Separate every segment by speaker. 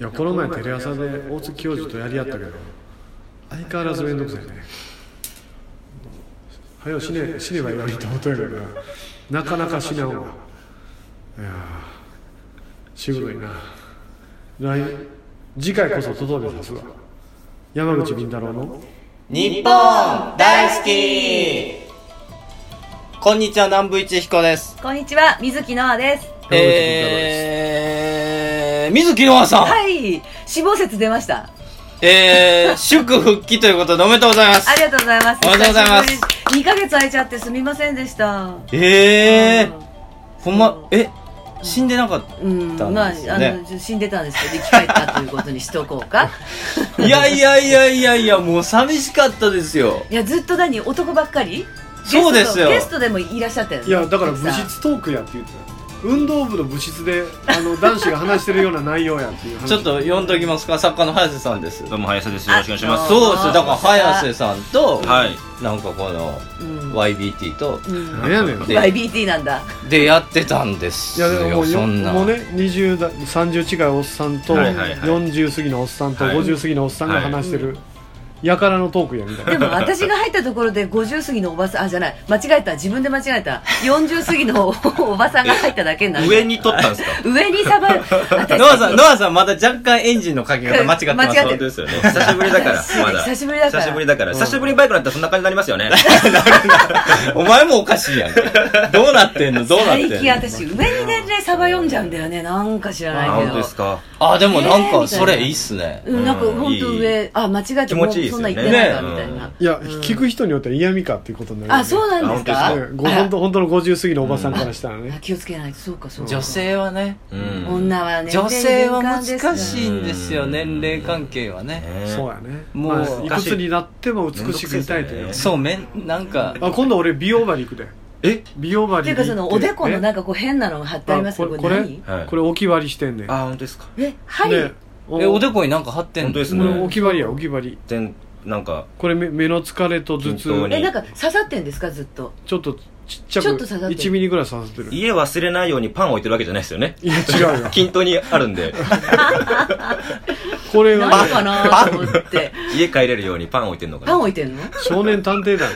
Speaker 1: いやこの前テレ朝で大月教授とやり合ったけど相変わらず面倒くさいね早う死ね死ねばいいのにと思ったけどななかなか死なんわいやーしぐろいな来次回こそとどめさすわ山口敏太郎の
Speaker 2: 日本大好きこんにちは南部一彦です
Speaker 3: こんにちは、水木のあです。
Speaker 1: 山口敏太郎です、
Speaker 2: えー、水木のあさん、
Speaker 3: はい、死亡説出ました。
Speaker 2: えー、祝復帰ということでおめでとうございます
Speaker 3: ありがとうございます。
Speaker 2: おめでとうございます
Speaker 3: 久しぶりです。二ヶ月空いちゃってすみませんでした。
Speaker 2: え
Speaker 3: う
Speaker 2: ー
Speaker 3: ん、
Speaker 2: ほんまえ死んでなかっ
Speaker 3: うん、
Speaker 2: たん
Speaker 3: まあ、
Speaker 2: です
Speaker 3: あ
Speaker 2: ね
Speaker 3: の、ちょ死んでたんですけど、生き返ったということにしとこう か。
Speaker 2: たいやいやいやいやいやもう寂しかったですよ
Speaker 3: いや、ずっと何、男ばっかり。
Speaker 2: そうですよ
Speaker 3: ゲストでもいらっしゃったよね。
Speaker 1: いやだから
Speaker 3: たく
Speaker 1: 部
Speaker 3: さん
Speaker 1: 室トークやって言ってたよ運動部の部室であの男子が話してるような内容やっていう話
Speaker 2: ちょっと呼んどきますか作家の早瀬さんです
Speaker 4: どうも林です。よろしくお願いしま
Speaker 3: あ
Speaker 4: す。
Speaker 2: そうですよだから早瀬さんと、
Speaker 4: はい。
Speaker 2: なんかこの
Speaker 3: うん。
Speaker 2: YBT と
Speaker 3: うん
Speaker 1: 何やねん
Speaker 2: で
Speaker 3: YBT なんだ。
Speaker 2: でやってたんです
Speaker 1: いやでもも
Speaker 2: よ
Speaker 1: うよ
Speaker 2: そんな
Speaker 1: もうね20代30近いおっさんと、
Speaker 4: はいはいはい
Speaker 1: 40過ぎのおっさんと、
Speaker 4: はい
Speaker 1: 50過ぎのおっさんが話してる、やからのトークやみたいな
Speaker 3: でも私が入ったところで50過ぎのおばさんあじゃない間違えた自分で間違えた40過ぎのおおばさんが入っただけになる
Speaker 4: 上に撮ったんですか。
Speaker 3: 上にサバる 私
Speaker 2: ノアさん、ノアさんまだ若干エンジンのかけ方間違ってます。
Speaker 3: 間違って
Speaker 4: 本当ですよね。久しぶりだ から。まだ。
Speaker 3: 久しぶりだから
Speaker 4: 久しぶりだから。久しぶりにバイクだったらそんな感じになります よね。
Speaker 2: お前もおかしいやんけ。どうなってんのどうなってん
Speaker 3: 最近
Speaker 2: の
Speaker 3: 私上に年齢サバ読んじゃうんだよねなんか知ら
Speaker 4: あ
Speaker 3: な
Speaker 4: 本
Speaker 3: いけど
Speaker 4: 当ですか。
Speaker 2: あ、でもなんか
Speaker 3: えーみたいな
Speaker 2: それいいっすね。
Speaker 3: うん、なんか
Speaker 4: うん
Speaker 3: 本当上
Speaker 4: いい
Speaker 3: あ間違えて
Speaker 4: 気持ちいいです
Speaker 3: そ
Speaker 4: よ
Speaker 3: ん
Speaker 4: ね
Speaker 3: な言ってないか
Speaker 2: ね
Speaker 3: みたいな、
Speaker 1: いや、聞く人によっては嫌味かっていうことになるよね、
Speaker 3: あそうなんですか
Speaker 4: あ
Speaker 1: ねご本当本当の50過ぎのおばさんからしたら
Speaker 3: あ
Speaker 1: ね、
Speaker 3: 気をつけないとそうかそうか
Speaker 2: 女性はね、
Speaker 4: うん。
Speaker 3: 女はね
Speaker 2: 女性は難
Speaker 3: い
Speaker 2: しいんですよ、年齢関係はね。
Speaker 4: ね
Speaker 1: そうやね
Speaker 2: もう
Speaker 1: まあいくつになっても美しくいたいという、
Speaker 4: めんどくせえですね
Speaker 2: そう、めん、なんか、
Speaker 1: あ今度俺美容針行くで
Speaker 4: え？
Speaker 1: 美容針
Speaker 3: っていうかそのおでこのなんかこう変なのが貼ってありますけ
Speaker 1: あ
Speaker 3: ど
Speaker 1: こ
Speaker 3: これ何
Speaker 4: はい
Speaker 1: これ置き針してんねん
Speaker 4: あ本当ですか。
Speaker 3: え針、
Speaker 1: で
Speaker 2: え、おでこになんか貼って
Speaker 4: 本
Speaker 2: ん
Speaker 4: 当
Speaker 2: の
Speaker 4: です
Speaker 1: これ
Speaker 4: ね
Speaker 1: 置。き針や置き針
Speaker 4: 全なんか
Speaker 1: これ目目の疲れと頭痛
Speaker 4: 均等に
Speaker 3: えなんか刺さってんですかずっと
Speaker 1: ちょっとちっちゃく
Speaker 3: ちょっと刺さってる
Speaker 1: 1ミリぐらい刺さってるい
Speaker 4: 家忘れないようにパン置いてるわけじゃないですよね。
Speaker 1: や違う よ
Speaker 4: 均等にあるんで
Speaker 1: これは
Speaker 3: 何
Speaker 1: ね
Speaker 3: かなと思って
Speaker 4: 家帰れるようにパン置いてんのか
Speaker 3: パン
Speaker 4: な。
Speaker 3: 置いてんの
Speaker 1: 少年探偵団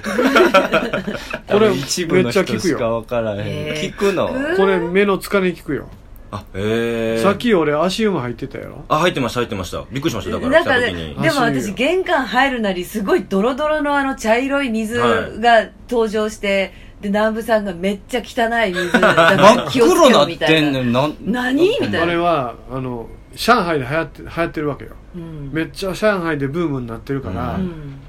Speaker 1: これめっち
Speaker 2: 一
Speaker 1: ゃ
Speaker 2: 部の人
Speaker 1: 効く
Speaker 2: しか
Speaker 1: よ
Speaker 2: わからへん。
Speaker 3: え
Speaker 2: 聞
Speaker 3: ー
Speaker 2: くの。
Speaker 3: うん
Speaker 1: これ目の疲れに効くよ、
Speaker 4: あへえ。
Speaker 1: さっき俺足湯も入ってたやろ
Speaker 4: あ入ってました入ってました。びっくりしましただか
Speaker 3: な
Speaker 4: ら
Speaker 3: ん
Speaker 4: 来た
Speaker 3: か
Speaker 4: 時
Speaker 3: ね
Speaker 4: に。
Speaker 3: でも
Speaker 1: 走る
Speaker 3: 私
Speaker 1: よ
Speaker 3: 玄関入るなりすごいドロドロのあの茶色い水が登場して、で南部さんがめっちゃ汚い水だ
Speaker 2: 真っ
Speaker 3: 気をつ
Speaker 2: 黒
Speaker 3: けろ
Speaker 2: なっ
Speaker 3: みた
Speaker 2: てん
Speaker 3: いな
Speaker 2: のになん
Speaker 3: 何みたいな
Speaker 1: あれはあの上海で流行って流行ってるわけよ
Speaker 3: うん
Speaker 1: めっちゃ上海でブームになってるから、
Speaker 4: う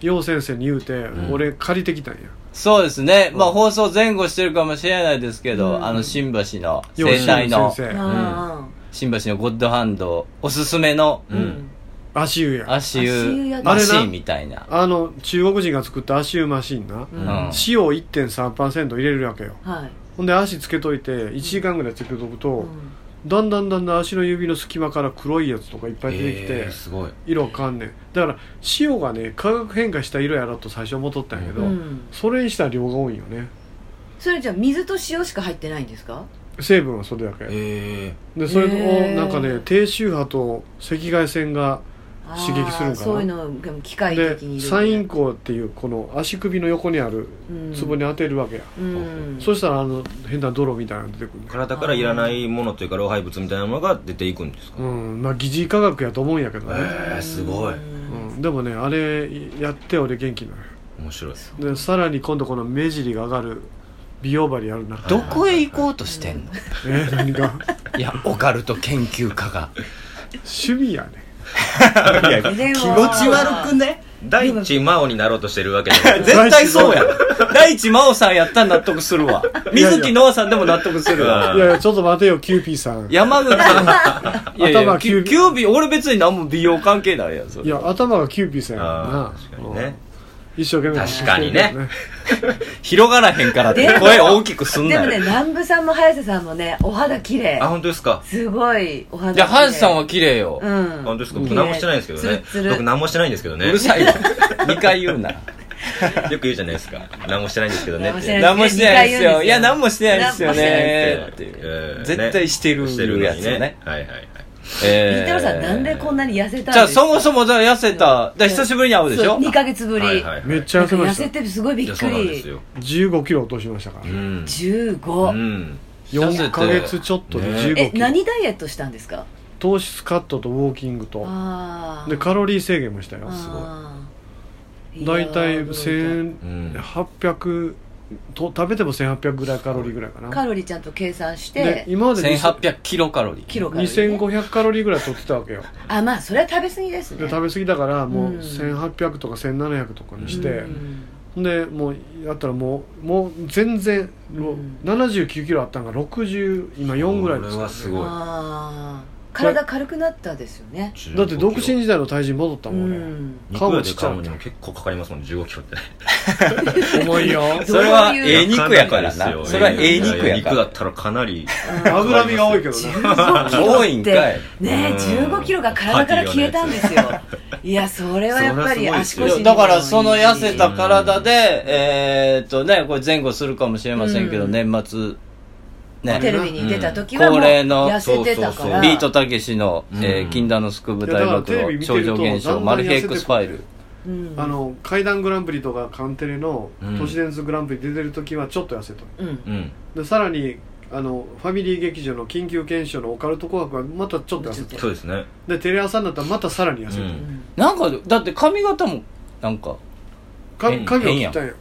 Speaker 1: 楊先生に言うて、
Speaker 4: ん
Speaker 1: 俺借りてきたんや
Speaker 2: そうですね。まあ放送前後してるかもしれないですけど、あの新橋の、
Speaker 1: 楊
Speaker 2: 仙台の、
Speaker 1: 先生
Speaker 3: うん
Speaker 2: 新橋のゴッドハンド、おすすめの
Speaker 3: うんうん
Speaker 1: 足湯や
Speaker 2: 足
Speaker 3: 足湯
Speaker 2: 湯
Speaker 3: や
Speaker 2: マシーンみたいな。
Speaker 1: あの中国人が作った足湯マシンな、
Speaker 3: うん
Speaker 2: うん
Speaker 1: 塩1.3%入れるわけよ
Speaker 3: はい
Speaker 1: ほんで足つけといて1時間ぐらいつけとくと、
Speaker 3: うん
Speaker 1: だんだんだんだん足の指の隙間から黒いやつとかいっぱい出てきて、
Speaker 4: へーすごい。
Speaker 1: 色変わんねんだから塩がね化学変化した色やろと最初思っとったんやけど、
Speaker 3: うん
Speaker 1: それにしたら量が多いんよね
Speaker 3: それじゃあ水と塩しか入ってないんですか
Speaker 1: 成分はそれだけ
Speaker 4: へえ。
Speaker 1: でそれを
Speaker 3: へー
Speaker 1: なんかね低周波と赤外線が刺激するんかな
Speaker 3: あーそういうのでも機械
Speaker 1: で
Speaker 3: 的に
Speaker 1: サイン
Speaker 3: コ
Speaker 1: 孔っていうこの足首の横にある壺に当てるわけや、
Speaker 3: うん
Speaker 1: そしたらあの変な泥みたいなの出てくるね
Speaker 4: 体からいらないものというか老廃物みたいなものが出ていくんですか
Speaker 1: うんまあ疑似科学やと思うんやけどね、
Speaker 4: えー、すごい
Speaker 1: うん、でもねあれやって俺元気にな
Speaker 4: 面白い
Speaker 1: るでさらに今度この目尻が上がる美容針あるな
Speaker 2: どこへ行こうとしてんの
Speaker 1: え何が
Speaker 2: いや、オカルト研究家が。
Speaker 1: 趣味やね
Speaker 3: 気持
Speaker 2: ね
Speaker 4: 大地真央になろうとしてるわけじゃ ない
Speaker 2: 絶対そうや。大地真央さんやったら納得するわ。水木ノアさんでも納得するわ。
Speaker 4: うん
Speaker 1: いやいやちょっと待てよキューピーさんいや
Speaker 2: 山口さん。いやいや、
Speaker 1: 頭
Speaker 2: キ
Speaker 1: 急
Speaker 2: ュキュービー、俺別に何も美容関係ないやん、それ
Speaker 1: 頭がキューピーさんや
Speaker 4: あ
Speaker 1: から
Speaker 4: ー確かに
Speaker 1: なう
Speaker 4: ね
Speaker 1: ん一生懸命
Speaker 4: 確かにね
Speaker 2: 広がらへんからって
Speaker 3: でも
Speaker 2: 声大きくすんな
Speaker 3: で
Speaker 2: よ。
Speaker 3: もね南部さんも早瀬さんもねお肌綺麗
Speaker 4: あ本当ですか
Speaker 3: すごいお肌
Speaker 2: じゃあ、ハンさんは綺麗よ。
Speaker 3: うん
Speaker 4: 本当ですか
Speaker 3: 綺
Speaker 4: 僕
Speaker 3: 麗
Speaker 4: 何もしてないんですけどね
Speaker 3: ツルツル
Speaker 4: 僕何もしてないんですけど
Speaker 2: う
Speaker 4: ね
Speaker 2: るさい よ。2回言うな。
Speaker 4: よく言うじゃないですか何もしてないんですけどねっ
Speaker 3: 何もして
Speaker 4: て
Speaker 2: 何もしてないです
Speaker 3: 二回言うんです
Speaker 2: よ。
Speaker 3: よ
Speaker 2: いや、何もしてないですよね。って
Speaker 4: えーね
Speaker 2: 絶対してる
Speaker 4: してるの
Speaker 2: や
Speaker 4: に
Speaker 2: つよね
Speaker 4: ね。はいはいはい
Speaker 3: りん
Speaker 2: え
Speaker 3: たろーさんなんでこんなに痩せたんですか
Speaker 2: じゃあそもそもじゃあ痩せた、で久しぶりに会うでしょ
Speaker 3: 2ヶ月ぶり、
Speaker 4: はいはい
Speaker 1: めっちゃ
Speaker 3: なん
Speaker 1: 痩せ
Speaker 3: か
Speaker 1: ま
Speaker 3: 痩
Speaker 1: し
Speaker 3: せ
Speaker 1: た
Speaker 3: てすごい
Speaker 4: い
Speaker 3: びっ
Speaker 4: や
Speaker 3: く
Speaker 4: そうなんです
Speaker 3: り
Speaker 4: よ
Speaker 1: 1 5キロ落としましたから、
Speaker 4: うんう
Speaker 3: 15
Speaker 4: ん
Speaker 1: 4ヶ月ちょっとで
Speaker 4: ね
Speaker 1: 1 5キロ、
Speaker 3: え何ダイエットしたんですか
Speaker 1: 糖質カットとウォーキングと
Speaker 3: ああ
Speaker 1: でカロリー制限もしたよ
Speaker 3: い
Speaker 1: 大体
Speaker 3: 1000
Speaker 1: 1800と食べても1800ぐらいカロリーぐらいかな
Speaker 3: カロリーちゃんと計算し
Speaker 1: で
Speaker 3: て
Speaker 1: 今までに
Speaker 2: 1800キロカロリー
Speaker 3: キロカロリー、ね、
Speaker 1: 2500カロリーぐらい取ってたわけよ
Speaker 3: あまあそれは食べ過ぎですね
Speaker 1: で食べ過ぎだからもううん1800とか1700とかにして
Speaker 3: うん
Speaker 1: でもうやったらもうもう全然もう
Speaker 3: うん
Speaker 1: 79キロあったんが60今4ぐらいです
Speaker 4: これはすごい
Speaker 3: ああ体軽くなったですよね
Speaker 1: だって独身時代の体重に戻った
Speaker 3: う
Speaker 1: もんね
Speaker 3: ん
Speaker 4: 肉屋
Speaker 1: ち
Speaker 4: で
Speaker 1: っちゃ
Speaker 4: 買う
Speaker 1: い
Speaker 4: のにも結構かかりますもんね15キロって
Speaker 1: 重 いよ
Speaker 3: ど
Speaker 2: そう
Speaker 3: いう
Speaker 2: れはええ肉やからなそれはええ肉やか
Speaker 4: 肉だ
Speaker 2: ら
Speaker 4: ったらかなり
Speaker 1: 脂身が多いけどね
Speaker 3: 15キロ
Speaker 2: 多いんかい
Speaker 3: ねえ
Speaker 4: うん
Speaker 3: 15キロが体から消えたんですよいやそれはやっぱ
Speaker 4: それ
Speaker 3: り足
Speaker 4: はすごいです
Speaker 3: 腰
Speaker 4: よ
Speaker 3: に
Speaker 2: だからその痩せた
Speaker 3: うん
Speaker 2: 体でえー、っとねこれ前後するかもしれませんけど、
Speaker 3: うん
Speaker 2: 年末ね
Speaker 3: テレビに出た時はもう
Speaker 2: 恒例の
Speaker 3: 痩せてた
Speaker 4: そ
Speaker 3: か
Speaker 4: うそう
Speaker 3: ら
Speaker 4: そう
Speaker 2: ビートたけしの、
Speaker 4: うん
Speaker 2: えー禁断のスクープ
Speaker 1: いや
Speaker 2: 大暴
Speaker 1: だからテレビ
Speaker 2: 露
Speaker 1: 見て
Speaker 2: 超
Speaker 1: ると
Speaker 2: 常現象マルヘックスファイル
Speaker 3: うん
Speaker 1: あの階段グランプリとかカンテレの
Speaker 4: うん
Speaker 1: 都市伝説グランプリ出てる時はちょっと痩せとる
Speaker 3: うん
Speaker 4: うん
Speaker 1: でさらにあのファミリー劇場の緊急検証のオカルト紅白はまたちょっと痩せとる
Speaker 4: そうですね
Speaker 1: でテレ朝になったらまたさらに痩せとる、
Speaker 4: うん
Speaker 2: なんかだって髪型もなんか
Speaker 1: か
Speaker 4: 変
Speaker 1: 髪を切ったんや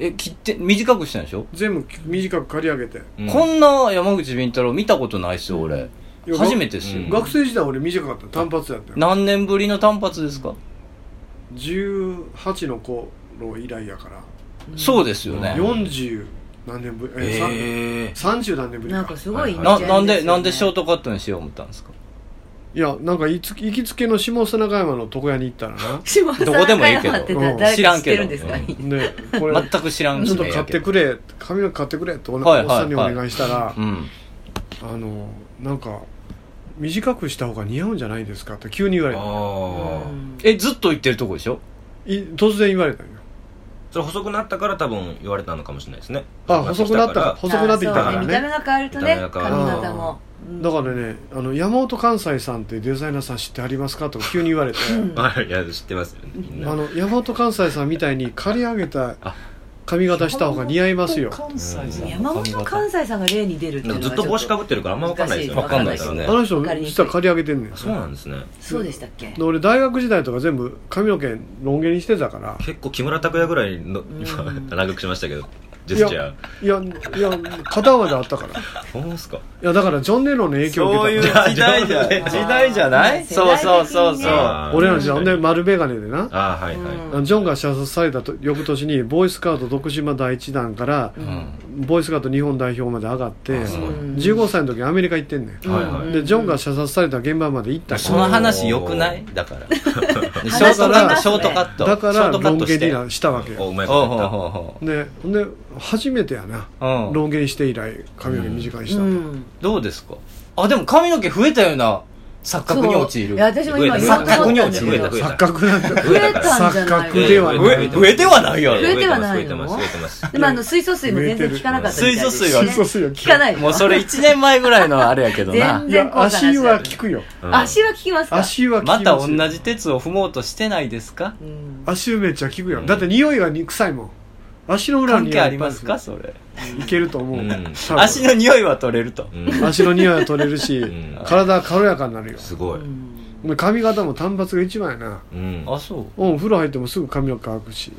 Speaker 2: え切って短くしたんでしょ、
Speaker 1: 全部短く刈り上げて
Speaker 4: うん
Speaker 2: こんな山口敏太郎見たことないっすよ俺
Speaker 1: いや
Speaker 2: 初めてですよ、
Speaker 4: うん
Speaker 1: 学生時代俺短かった単発やったよ
Speaker 2: 何年ぶりの単発ですか、
Speaker 1: 18の頃以来やから
Speaker 2: そうですよね、
Speaker 1: 40何年ぶりえ
Speaker 4: ええ
Speaker 1: さん30何年ぶり
Speaker 3: なん
Speaker 1: か
Speaker 3: かすごい
Speaker 4: はい
Speaker 2: な
Speaker 4: は
Speaker 3: 似てる
Speaker 2: なんで、
Speaker 3: すよね
Speaker 2: なんでショートカットにしよう思ったんですか
Speaker 1: いやなんか行き行きつけの下砂山の床屋に行ったら な
Speaker 3: 下田さん
Speaker 2: どこでもいいけど
Speaker 3: が謝ってたら誰か知ってるんですか
Speaker 4: うん知らん
Speaker 1: でこれ
Speaker 2: 全く知らん
Speaker 1: ちょっ
Speaker 2: 人
Speaker 1: と
Speaker 2: や
Speaker 1: 買っ
Speaker 2: け
Speaker 1: て
Speaker 2: ど
Speaker 1: くれ髪の毛買ってくれってお,、
Speaker 2: はいはい
Speaker 1: おっさんにお願いしたら
Speaker 2: う、ん
Speaker 1: あのなんか短くした方が似合うんじゃないですかって急に言われた
Speaker 4: ああ
Speaker 3: うん
Speaker 2: えずっと言ってるとこでしょ
Speaker 1: い突然言われたんよ
Speaker 4: それ細くなったから多分言われたのかもしれないですね
Speaker 1: あ細くなったから細くなってきたか
Speaker 3: あ
Speaker 1: ら
Speaker 3: そう見
Speaker 1: ね
Speaker 3: た目が変わると
Speaker 4: 見
Speaker 3: ね
Speaker 4: た目が
Speaker 3: 髪
Speaker 4: 変
Speaker 1: わる
Speaker 3: 型もうん
Speaker 1: だからねあの山本関西さんっていうデザイナーさん知ってありますかとか急に言われて
Speaker 4: はいいや知ってますよねみん
Speaker 1: あ
Speaker 4: な
Speaker 1: の山本関西さんみたいに刈り上げた
Speaker 4: あ
Speaker 1: 髪型した方が似合いますよ
Speaker 2: 関西さん
Speaker 3: 山本関西さんが例に出るってい
Speaker 4: な
Speaker 3: うんの
Speaker 4: か
Speaker 3: が
Speaker 4: ずっと帽子かぶってるからあんま分かんないですよね
Speaker 2: わかんないですよね
Speaker 1: あの人
Speaker 3: わかりにくい
Speaker 1: 実は刈り上げてんねん
Speaker 4: そうなんですね
Speaker 3: そうでしたっけ
Speaker 1: で俺大学時代とか全部髪の毛ロン毛にしてたから
Speaker 4: 結構木村拓哉ぐらいの今
Speaker 3: う ん
Speaker 4: 長くしましたけどジェスチャ
Speaker 1: い
Speaker 4: ー
Speaker 1: やいや肩まであったからい
Speaker 4: ほんまっすか
Speaker 1: やだからジョン・レノンの影響を
Speaker 2: そうい
Speaker 1: 受
Speaker 2: う
Speaker 1: け
Speaker 2: 時
Speaker 1: た
Speaker 2: 代じゃ
Speaker 3: じゃ あ
Speaker 2: 時代じゃない
Speaker 3: 世
Speaker 2: そう
Speaker 3: 代的にね
Speaker 2: そうそうそう
Speaker 4: あー
Speaker 1: 俺らの時代ほんで丸眼鏡でな
Speaker 4: ああはいはい、
Speaker 3: うん
Speaker 1: あのジョンが射殺されたと翌年にボーイスカウト徳島第一弾から
Speaker 3: う
Speaker 2: うんん
Speaker 1: ボーイスカウト日本代表まで上がって
Speaker 4: すごい
Speaker 3: うん
Speaker 1: 15歳の時アメリカ行ってんねん
Speaker 4: はいはい
Speaker 1: でジョンが射殺された現場まで行った
Speaker 2: その話よくないだ からショートカットショートカット
Speaker 1: だか
Speaker 2: ショ
Speaker 1: ら
Speaker 2: ートカ
Speaker 1: ロ
Speaker 2: ッ
Speaker 1: ン
Speaker 2: ト
Speaker 1: 毛
Speaker 2: して
Speaker 1: になしたわけよ
Speaker 4: おうまい
Speaker 2: お
Speaker 4: こ
Speaker 2: うほう
Speaker 4: と
Speaker 2: ほうほ
Speaker 1: でほんで初めてやな
Speaker 2: ううん
Speaker 1: ロン毛にして以来髪の毛短いした
Speaker 3: う
Speaker 1: の、
Speaker 3: ん
Speaker 2: どうですかあ、でも髪の毛増えたような錯覚に陥
Speaker 3: そ
Speaker 2: る。
Speaker 3: ういや私も今
Speaker 4: 増え
Speaker 3: 言
Speaker 4: た
Speaker 3: おうと思ったんだけ
Speaker 4: 増えた増えた
Speaker 3: ど
Speaker 1: 錯覚なんだ
Speaker 4: 増えたから
Speaker 3: たんじゃない
Speaker 1: 錯覚では
Speaker 4: た
Speaker 1: ない
Speaker 2: 増え増えてはないやろ
Speaker 3: 増。えてはないの
Speaker 4: 増えてます増えてます
Speaker 3: でもあの水素水も全然効かなかったみたいです
Speaker 2: 水素水は
Speaker 3: ね
Speaker 1: 水素水 は効く
Speaker 3: 効かないの
Speaker 2: もうそれ1年前ぐらいのあれやけどな
Speaker 3: 全。
Speaker 1: い
Speaker 3: 然
Speaker 1: や
Speaker 3: 効果なし
Speaker 1: 足は効くよ
Speaker 4: うん
Speaker 3: 足は効きますか
Speaker 1: 足は効き
Speaker 2: ま
Speaker 1: ます
Speaker 2: た
Speaker 1: よ
Speaker 2: 同じ鉄を踏もうとしてないですか
Speaker 3: うん
Speaker 1: 足めっちゃ効くよ、
Speaker 4: うん
Speaker 1: だって匂いが臭いもん足の裏
Speaker 2: 関
Speaker 1: に
Speaker 2: 係ありますかそれ。
Speaker 1: いけると思う、
Speaker 4: うん
Speaker 1: 多分
Speaker 2: 足の匂いは取れると
Speaker 4: う。ん
Speaker 1: 足の匂いは取れるし、
Speaker 4: ん
Speaker 1: 体は軽やかになるよ
Speaker 4: すごい、
Speaker 1: で髪型も単発が一番やな
Speaker 4: うん
Speaker 2: あ、そう。
Speaker 1: うんお風呂入ってもすぐ髪の毛乾くし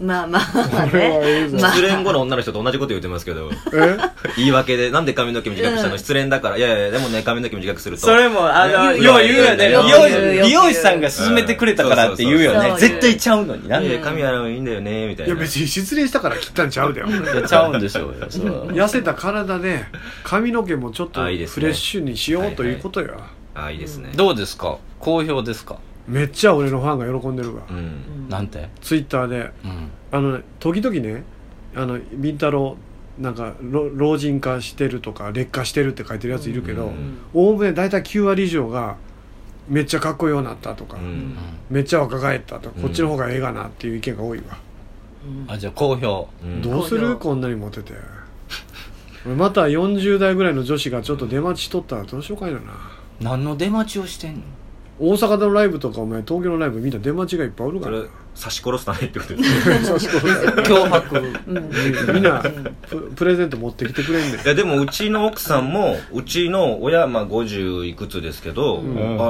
Speaker 4: うん
Speaker 3: まあまあまあ
Speaker 1: これは ええ
Speaker 3: ね
Speaker 1: ぞ
Speaker 3: まあ
Speaker 4: 失恋後の女の人と同じこと言ってますけど
Speaker 1: え
Speaker 4: 言い訳でなんで髪の毛短くしたの、
Speaker 3: うん
Speaker 4: 失恋だからいやいやでもね髪の毛短くすると
Speaker 2: それも、あの、
Speaker 4: ね
Speaker 2: よう言うよね。
Speaker 4: よう
Speaker 2: 美
Speaker 4: 言う
Speaker 2: 容
Speaker 4: よ
Speaker 2: 師
Speaker 4: ね
Speaker 2: 美容師さんが勧めてくれたからって言うよ
Speaker 3: う
Speaker 2: ね。
Speaker 3: ん
Speaker 2: 絶対ちゃうのにな。
Speaker 4: いやいや
Speaker 2: い
Speaker 4: 髪洗うのいいんだよねみたい
Speaker 1: い
Speaker 4: な
Speaker 1: や別に失恋したから切ったんちゃうだよ
Speaker 2: やちゃうんでしょうよ。 そう
Speaker 1: 痩せた体で髪の毛もちょっとフ
Speaker 4: あ
Speaker 1: レ
Speaker 4: いいですね
Speaker 1: ッシュにしよ
Speaker 4: は
Speaker 1: う
Speaker 4: いはい
Speaker 1: ということよ
Speaker 4: ああいいですね
Speaker 2: どうですか好評ですか
Speaker 1: めっちゃ俺のファンが喜んでるわ、
Speaker 4: うん、
Speaker 2: なんて。
Speaker 1: ツイッターで
Speaker 2: うん。
Speaker 1: あのね時々ねあのビンタロウなんか老老人化してるとか劣化してるって書いてるやついるけど、
Speaker 4: う
Speaker 1: おおむね大体9割以上がめっちゃかっこようなったとか、
Speaker 4: うん
Speaker 1: めっちゃ若返ったとか、
Speaker 4: うん
Speaker 1: こっちの方がええがなっていう意見が多いわ、
Speaker 3: うん
Speaker 2: あ、じゃあ好評。
Speaker 4: うん
Speaker 1: どうす
Speaker 3: こう
Speaker 1: る
Speaker 3: よ
Speaker 1: こんなにモテて俺また40代ぐらいの女子がちょっと出待ちしとったらどうしようかいなな
Speaker 2: 何の出待ちをしてんの
Speaker 5: 大阪のライブとかお前東京のライブみんな出待ちがいっぱいあるか
Speaker 4: そ
Speaker 5: ら
Speaker 4: れ刺し殺すためってことですね
Speaker 2: 脅 迫
Speaker 3: うん
Speaker 5: みんなププレゼント持ってきてくれんねん
Speaker 4: いやでもうちの奥さんもうちの親、まあ、50いくつですけど、あ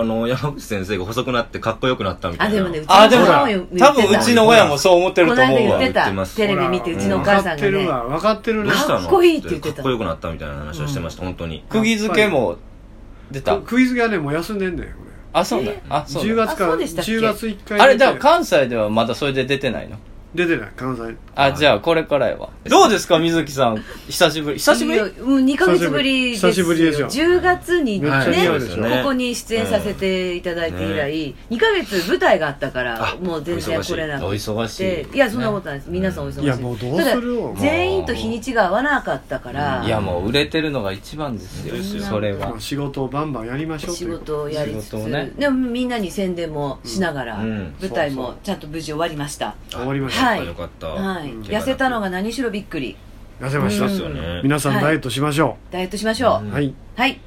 Speaker 4: の山口先生が細くなってかっこよくなったみたい
Speaker 3: あ
Speaker 4: な
Speaker 3: でもねうち
Speaker 2: あでも
Speaker 3: の母も言ってた
Speaker 2: 多分うちの親もそう思って
Speaker 3: こ
Speaker 2: る
Speaker 3: の
Speaker 2: と
Speaker 3: 間
Speaker 2: 思う
Speaker 3: 言っ
Speaker 2: わ
Speaker 3: て
Speaker 4: 言って
Speaker 3: た
Speaker 4: ます
Speaker 3: テレビ見てうちのお母さんが
Speaker 5: 分
Speaker 3: ね
Speaker 5: かってる
Speaker 4: ど
Speaker 5: わ
Speaker 4: う
Speaker 5: 分かっ
Speaker 4: したの
Speaker 3: かっこいいって言ってた
Speaker 4: かっこよくなったみたいな話をしてました、本当に
Speaker 2: 釘付けも出
Speaker 5: て
Speaker 2: た
Speaker 5: るなクイズがねもう休んでんねん俺
Speaker 2: あそうだあそう
Speaker 5: 10
Speaker 2: だ
Speaker 5: 月か
Speaker 3: あそ
Speaker 5: ら
Speaker 3: うでしたっけ
Speaker 5: 10月1回
Speaker 2: あれだから関西ではまだそれで出てないの
Speaker 5: 出てない関西
Speaker 2: あじゃあこれからやわどうですか水木さん久しぶり久しぶり
Speaker 3: いいようん2ヶ月ぶりですよ
Speaker 5: 久しぶりですよ
Speaker 3: 10月にね
Speaker 5: めっちゃリアルですよね
Speaker 3: ここに出演させていただいて以来、2ヶ月舞台があったから
Speaker 4: あ
Speaker 3: もう全然来れな
Speaker 2: お
Speaker 3: く
Speaker 2: 忙
Speaker 3: て
Speaker 2: しい
Speaker 3: いやそんなことないです、皆さんお忙しい
Speaker 5: いやもうどうするよ
Speaker 3: ただ全員と日にちが合わなかったから
Speaker 2: いやもう売れてるのが一番ですよ
Speaker 4: ですよ
Speaker 2: それは
Speaker 5: まあ仕事をバンバンやりましょうと
Speaker 3: 仕
Speaker 5: いう
Speaker 3: 事をやりつ
Speaker 2: 仕
Speaker 3: つ、
Speaker 2: 事をね
Speaker 3: でもみんなに宣伝もしながら、
Speaker 4: うんうん
Speaker 3: 舞台
Speaker 5: そう
Speaker 3: もちゃんと無事終わりました、
Speaker 5: 終わりました、
Speaker 3: はい
Speaker 4: よかった、
Speaker 3: はい
Speaker 4: 怪我なく
Speaker 3: 痩せたのが何しろびっくり
Speaker 5: 痩せました、
Speaker 4: ですよね
Speaker 5: 皆さん
Speaker 3: はい
Speaker 5: ダイエットしましょ
Speaker 3: ダイエットしましょう、
Speaker 5: う、
Speaker 4: ん
Speaker 5: はい
Speaker 3: はい。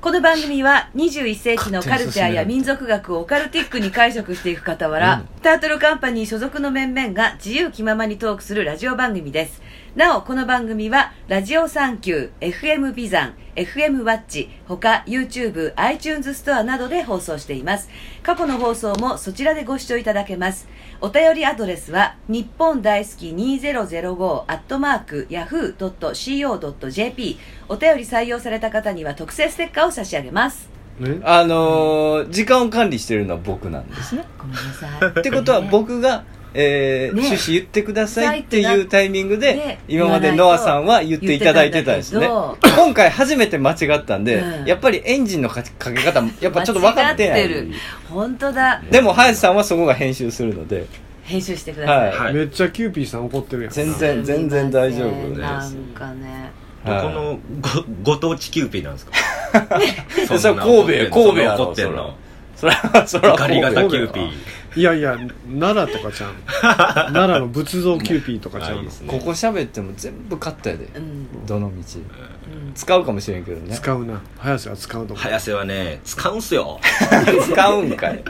Speaker 3: この番組は21世紀のカルチャーや民族学をオカルティックに解釈していく傍ら、タートルカンパニー所属の面々が自由気ままにトークするラジオ番組です。なお、この番組は、ラジオサンキュー、FM ビザン、FM ワッチ、他 YouTube、iTunes ストアなどで放送しています。過去の放送もそちらでご視聴いただけます。お便りアドレスは、日本大好き2005アットマーク yahoo.co.jp お便り採用された方には特製ステッカーを差し上げます。
Speaker 5: ね、
Speaker 2: あのー時間を管理してるのは僕なんですね
Speaker 3: ごめんなさい。
Speaker 2: ってことは僕が、えー
Speaker 3: ね
Speaker 2: 趣旨言ってくださいっていうタイミングで、
Speaker 3: ね
Speaker 2: 今までノアさんは言っていただいてたんですね
Speaker 3: 言ってたんだ
Speaker 2: 今回初めて間違ったんで、
Speaker 3: うん
Speaker 2: やっぱりエンジンのかかけ方やっぱちょっと分かってな
Speaker 3: 間違
Speaker 2: い
Speaker 3: る。本当だ。
Speaker 2: でも林さんはそこが編集するので
Speaker 3: 編集してください。
Speaker 2: は
Speaker 4: はい
Speaker 5: めっちゃキューピーさん怒ってるやん
Speaker 2: 全然全然大丈夫です
Speaker 3: なんかね。
Speaker 4: どこのごご当地キューピーなんですかそんな
Speaker 2: それは神戸や神戸やろ
Speaker 4: 怒ってんの
Speaker 2: それはそれは
Speaker 4: ガリガ
Speaker 5: タ
Speaker 4: タ
Speaker 5: キ
Speaker 4: キ
Speaker 5: ュ
Speaker 4: ュ
Speaker 5: ー
Speaker 4: ーピ
Speaker 5: ピー
Speaker 4: ー
Speaker 5: いやいや奈良とかちゃん 奈良の仏像キューピーとかちゃうの
Speaker 2: ここ喋っても全部カットやで
Speaker 3: うん。
Speaker 2: どの道
Speaker 3: うん
Speaker 2: 使うかもしれんけどね
Speaker 5: 使うな早瀬は使うと思う
Speaker 4: 早瀬はね使うんすよ
Speaker 2: 使うんか い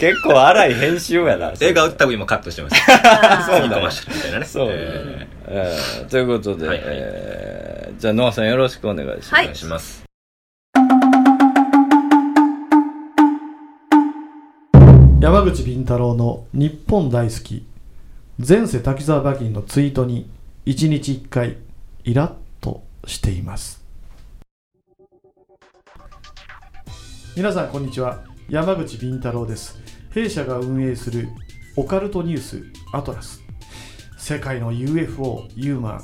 Speaker 2: 結構荒い編集やな
Speaker 4: 映画多分今カットしてます
Speaker 3: あ
Speaker 4: そうかましたみたいなね
Speaker 2: そうね、
Speaker 4: えー
Speaker 2: えーということで、
Speaker 4: はいはい
Speaker 2: えーじゃあノアさんよろしくお願いします、
Speaker 3: は
Speaker 4: お願いします
Speaker 5: 山口敏太郎の日本大好き前世滝沢馬琴のツイートに1日1回イラッとしています皆さんこんにちは山口敏太郎です弊社が運営するオカルトニュースアトラス世界の UFO ユーマン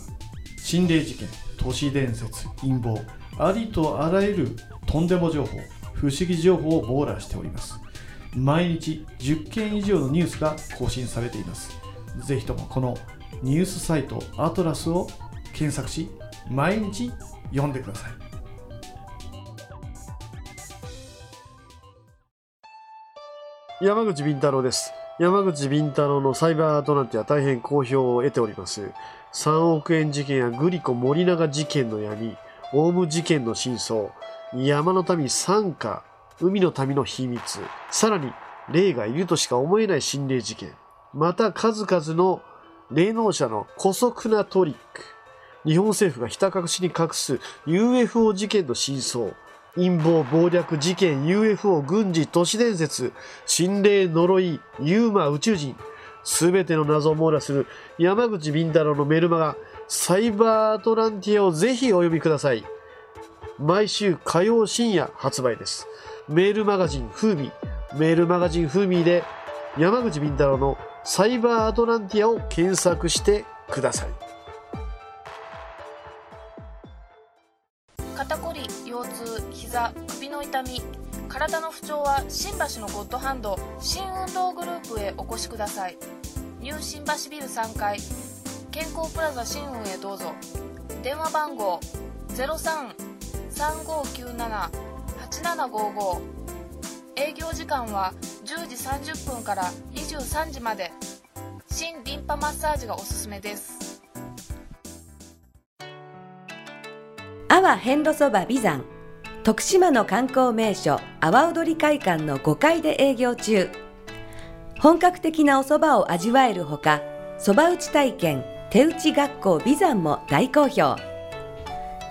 Speaker 5: 心霊事件都市伝説陰謀ありとあらゆるとんでも情報不思議情報を網羅しております毎日10件以上のニュースが更新されていますぜひともこのニュースサイトアトラスを検索し毎日読んでください山口敏太郎です山口敏太郎のサイバーアトランティア大変好評を得ております3億円事件やグリコ森永事件の闇オウム事件の真相山の民参加海の民の秘密さらに霊がいるとしか思えない心霊事件また数々の霊能者の古速なトリック日本政府がひた隠しに隠す UFO 事件の真相陰謀暴略事件 UFO 軍事都市伝説心霊呪いユーマ宇宙人すべての謎を網羅する山口敏太郎のメルマガサイバーアトランティアをぜひお読みください毎週火曜深夜発売ですメールマガジンフーミーメールマガジンフーミーで山口敏太郎のサイバーアトランティアを検索してください
Speaker 6: 肩こり腰痛膝首の痛み体の不調は新橋のゴッドハンド新運動グループへお越しくださいニュー新橋ビル3階健康プラザ新運へどうぞ電話番号0335978755営業時間は10時30分から23時まで新リンパマッサージがおすすめです
Speaker 3: 阿波遍路そば美山徳島の観光名所阿波踊り会館の5階で営業中本格的なお蕎麦を味わえるほか蕎麦打ち体験手打ち学校美山も大好評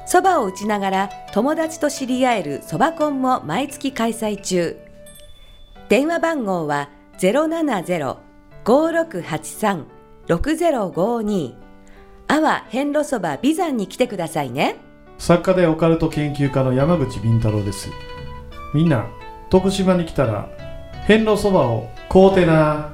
Speaker 3: 蕎麦を打ちながら友達と知り合える蕎麦コンも毎月開催中電話番号は070-5683-6052阿波遍路そば美山に来てくださいね
Speaker 5: 作家でオカルト研究家の山口敏太郎ですみんな徳島に来たら遍路そばを買うてな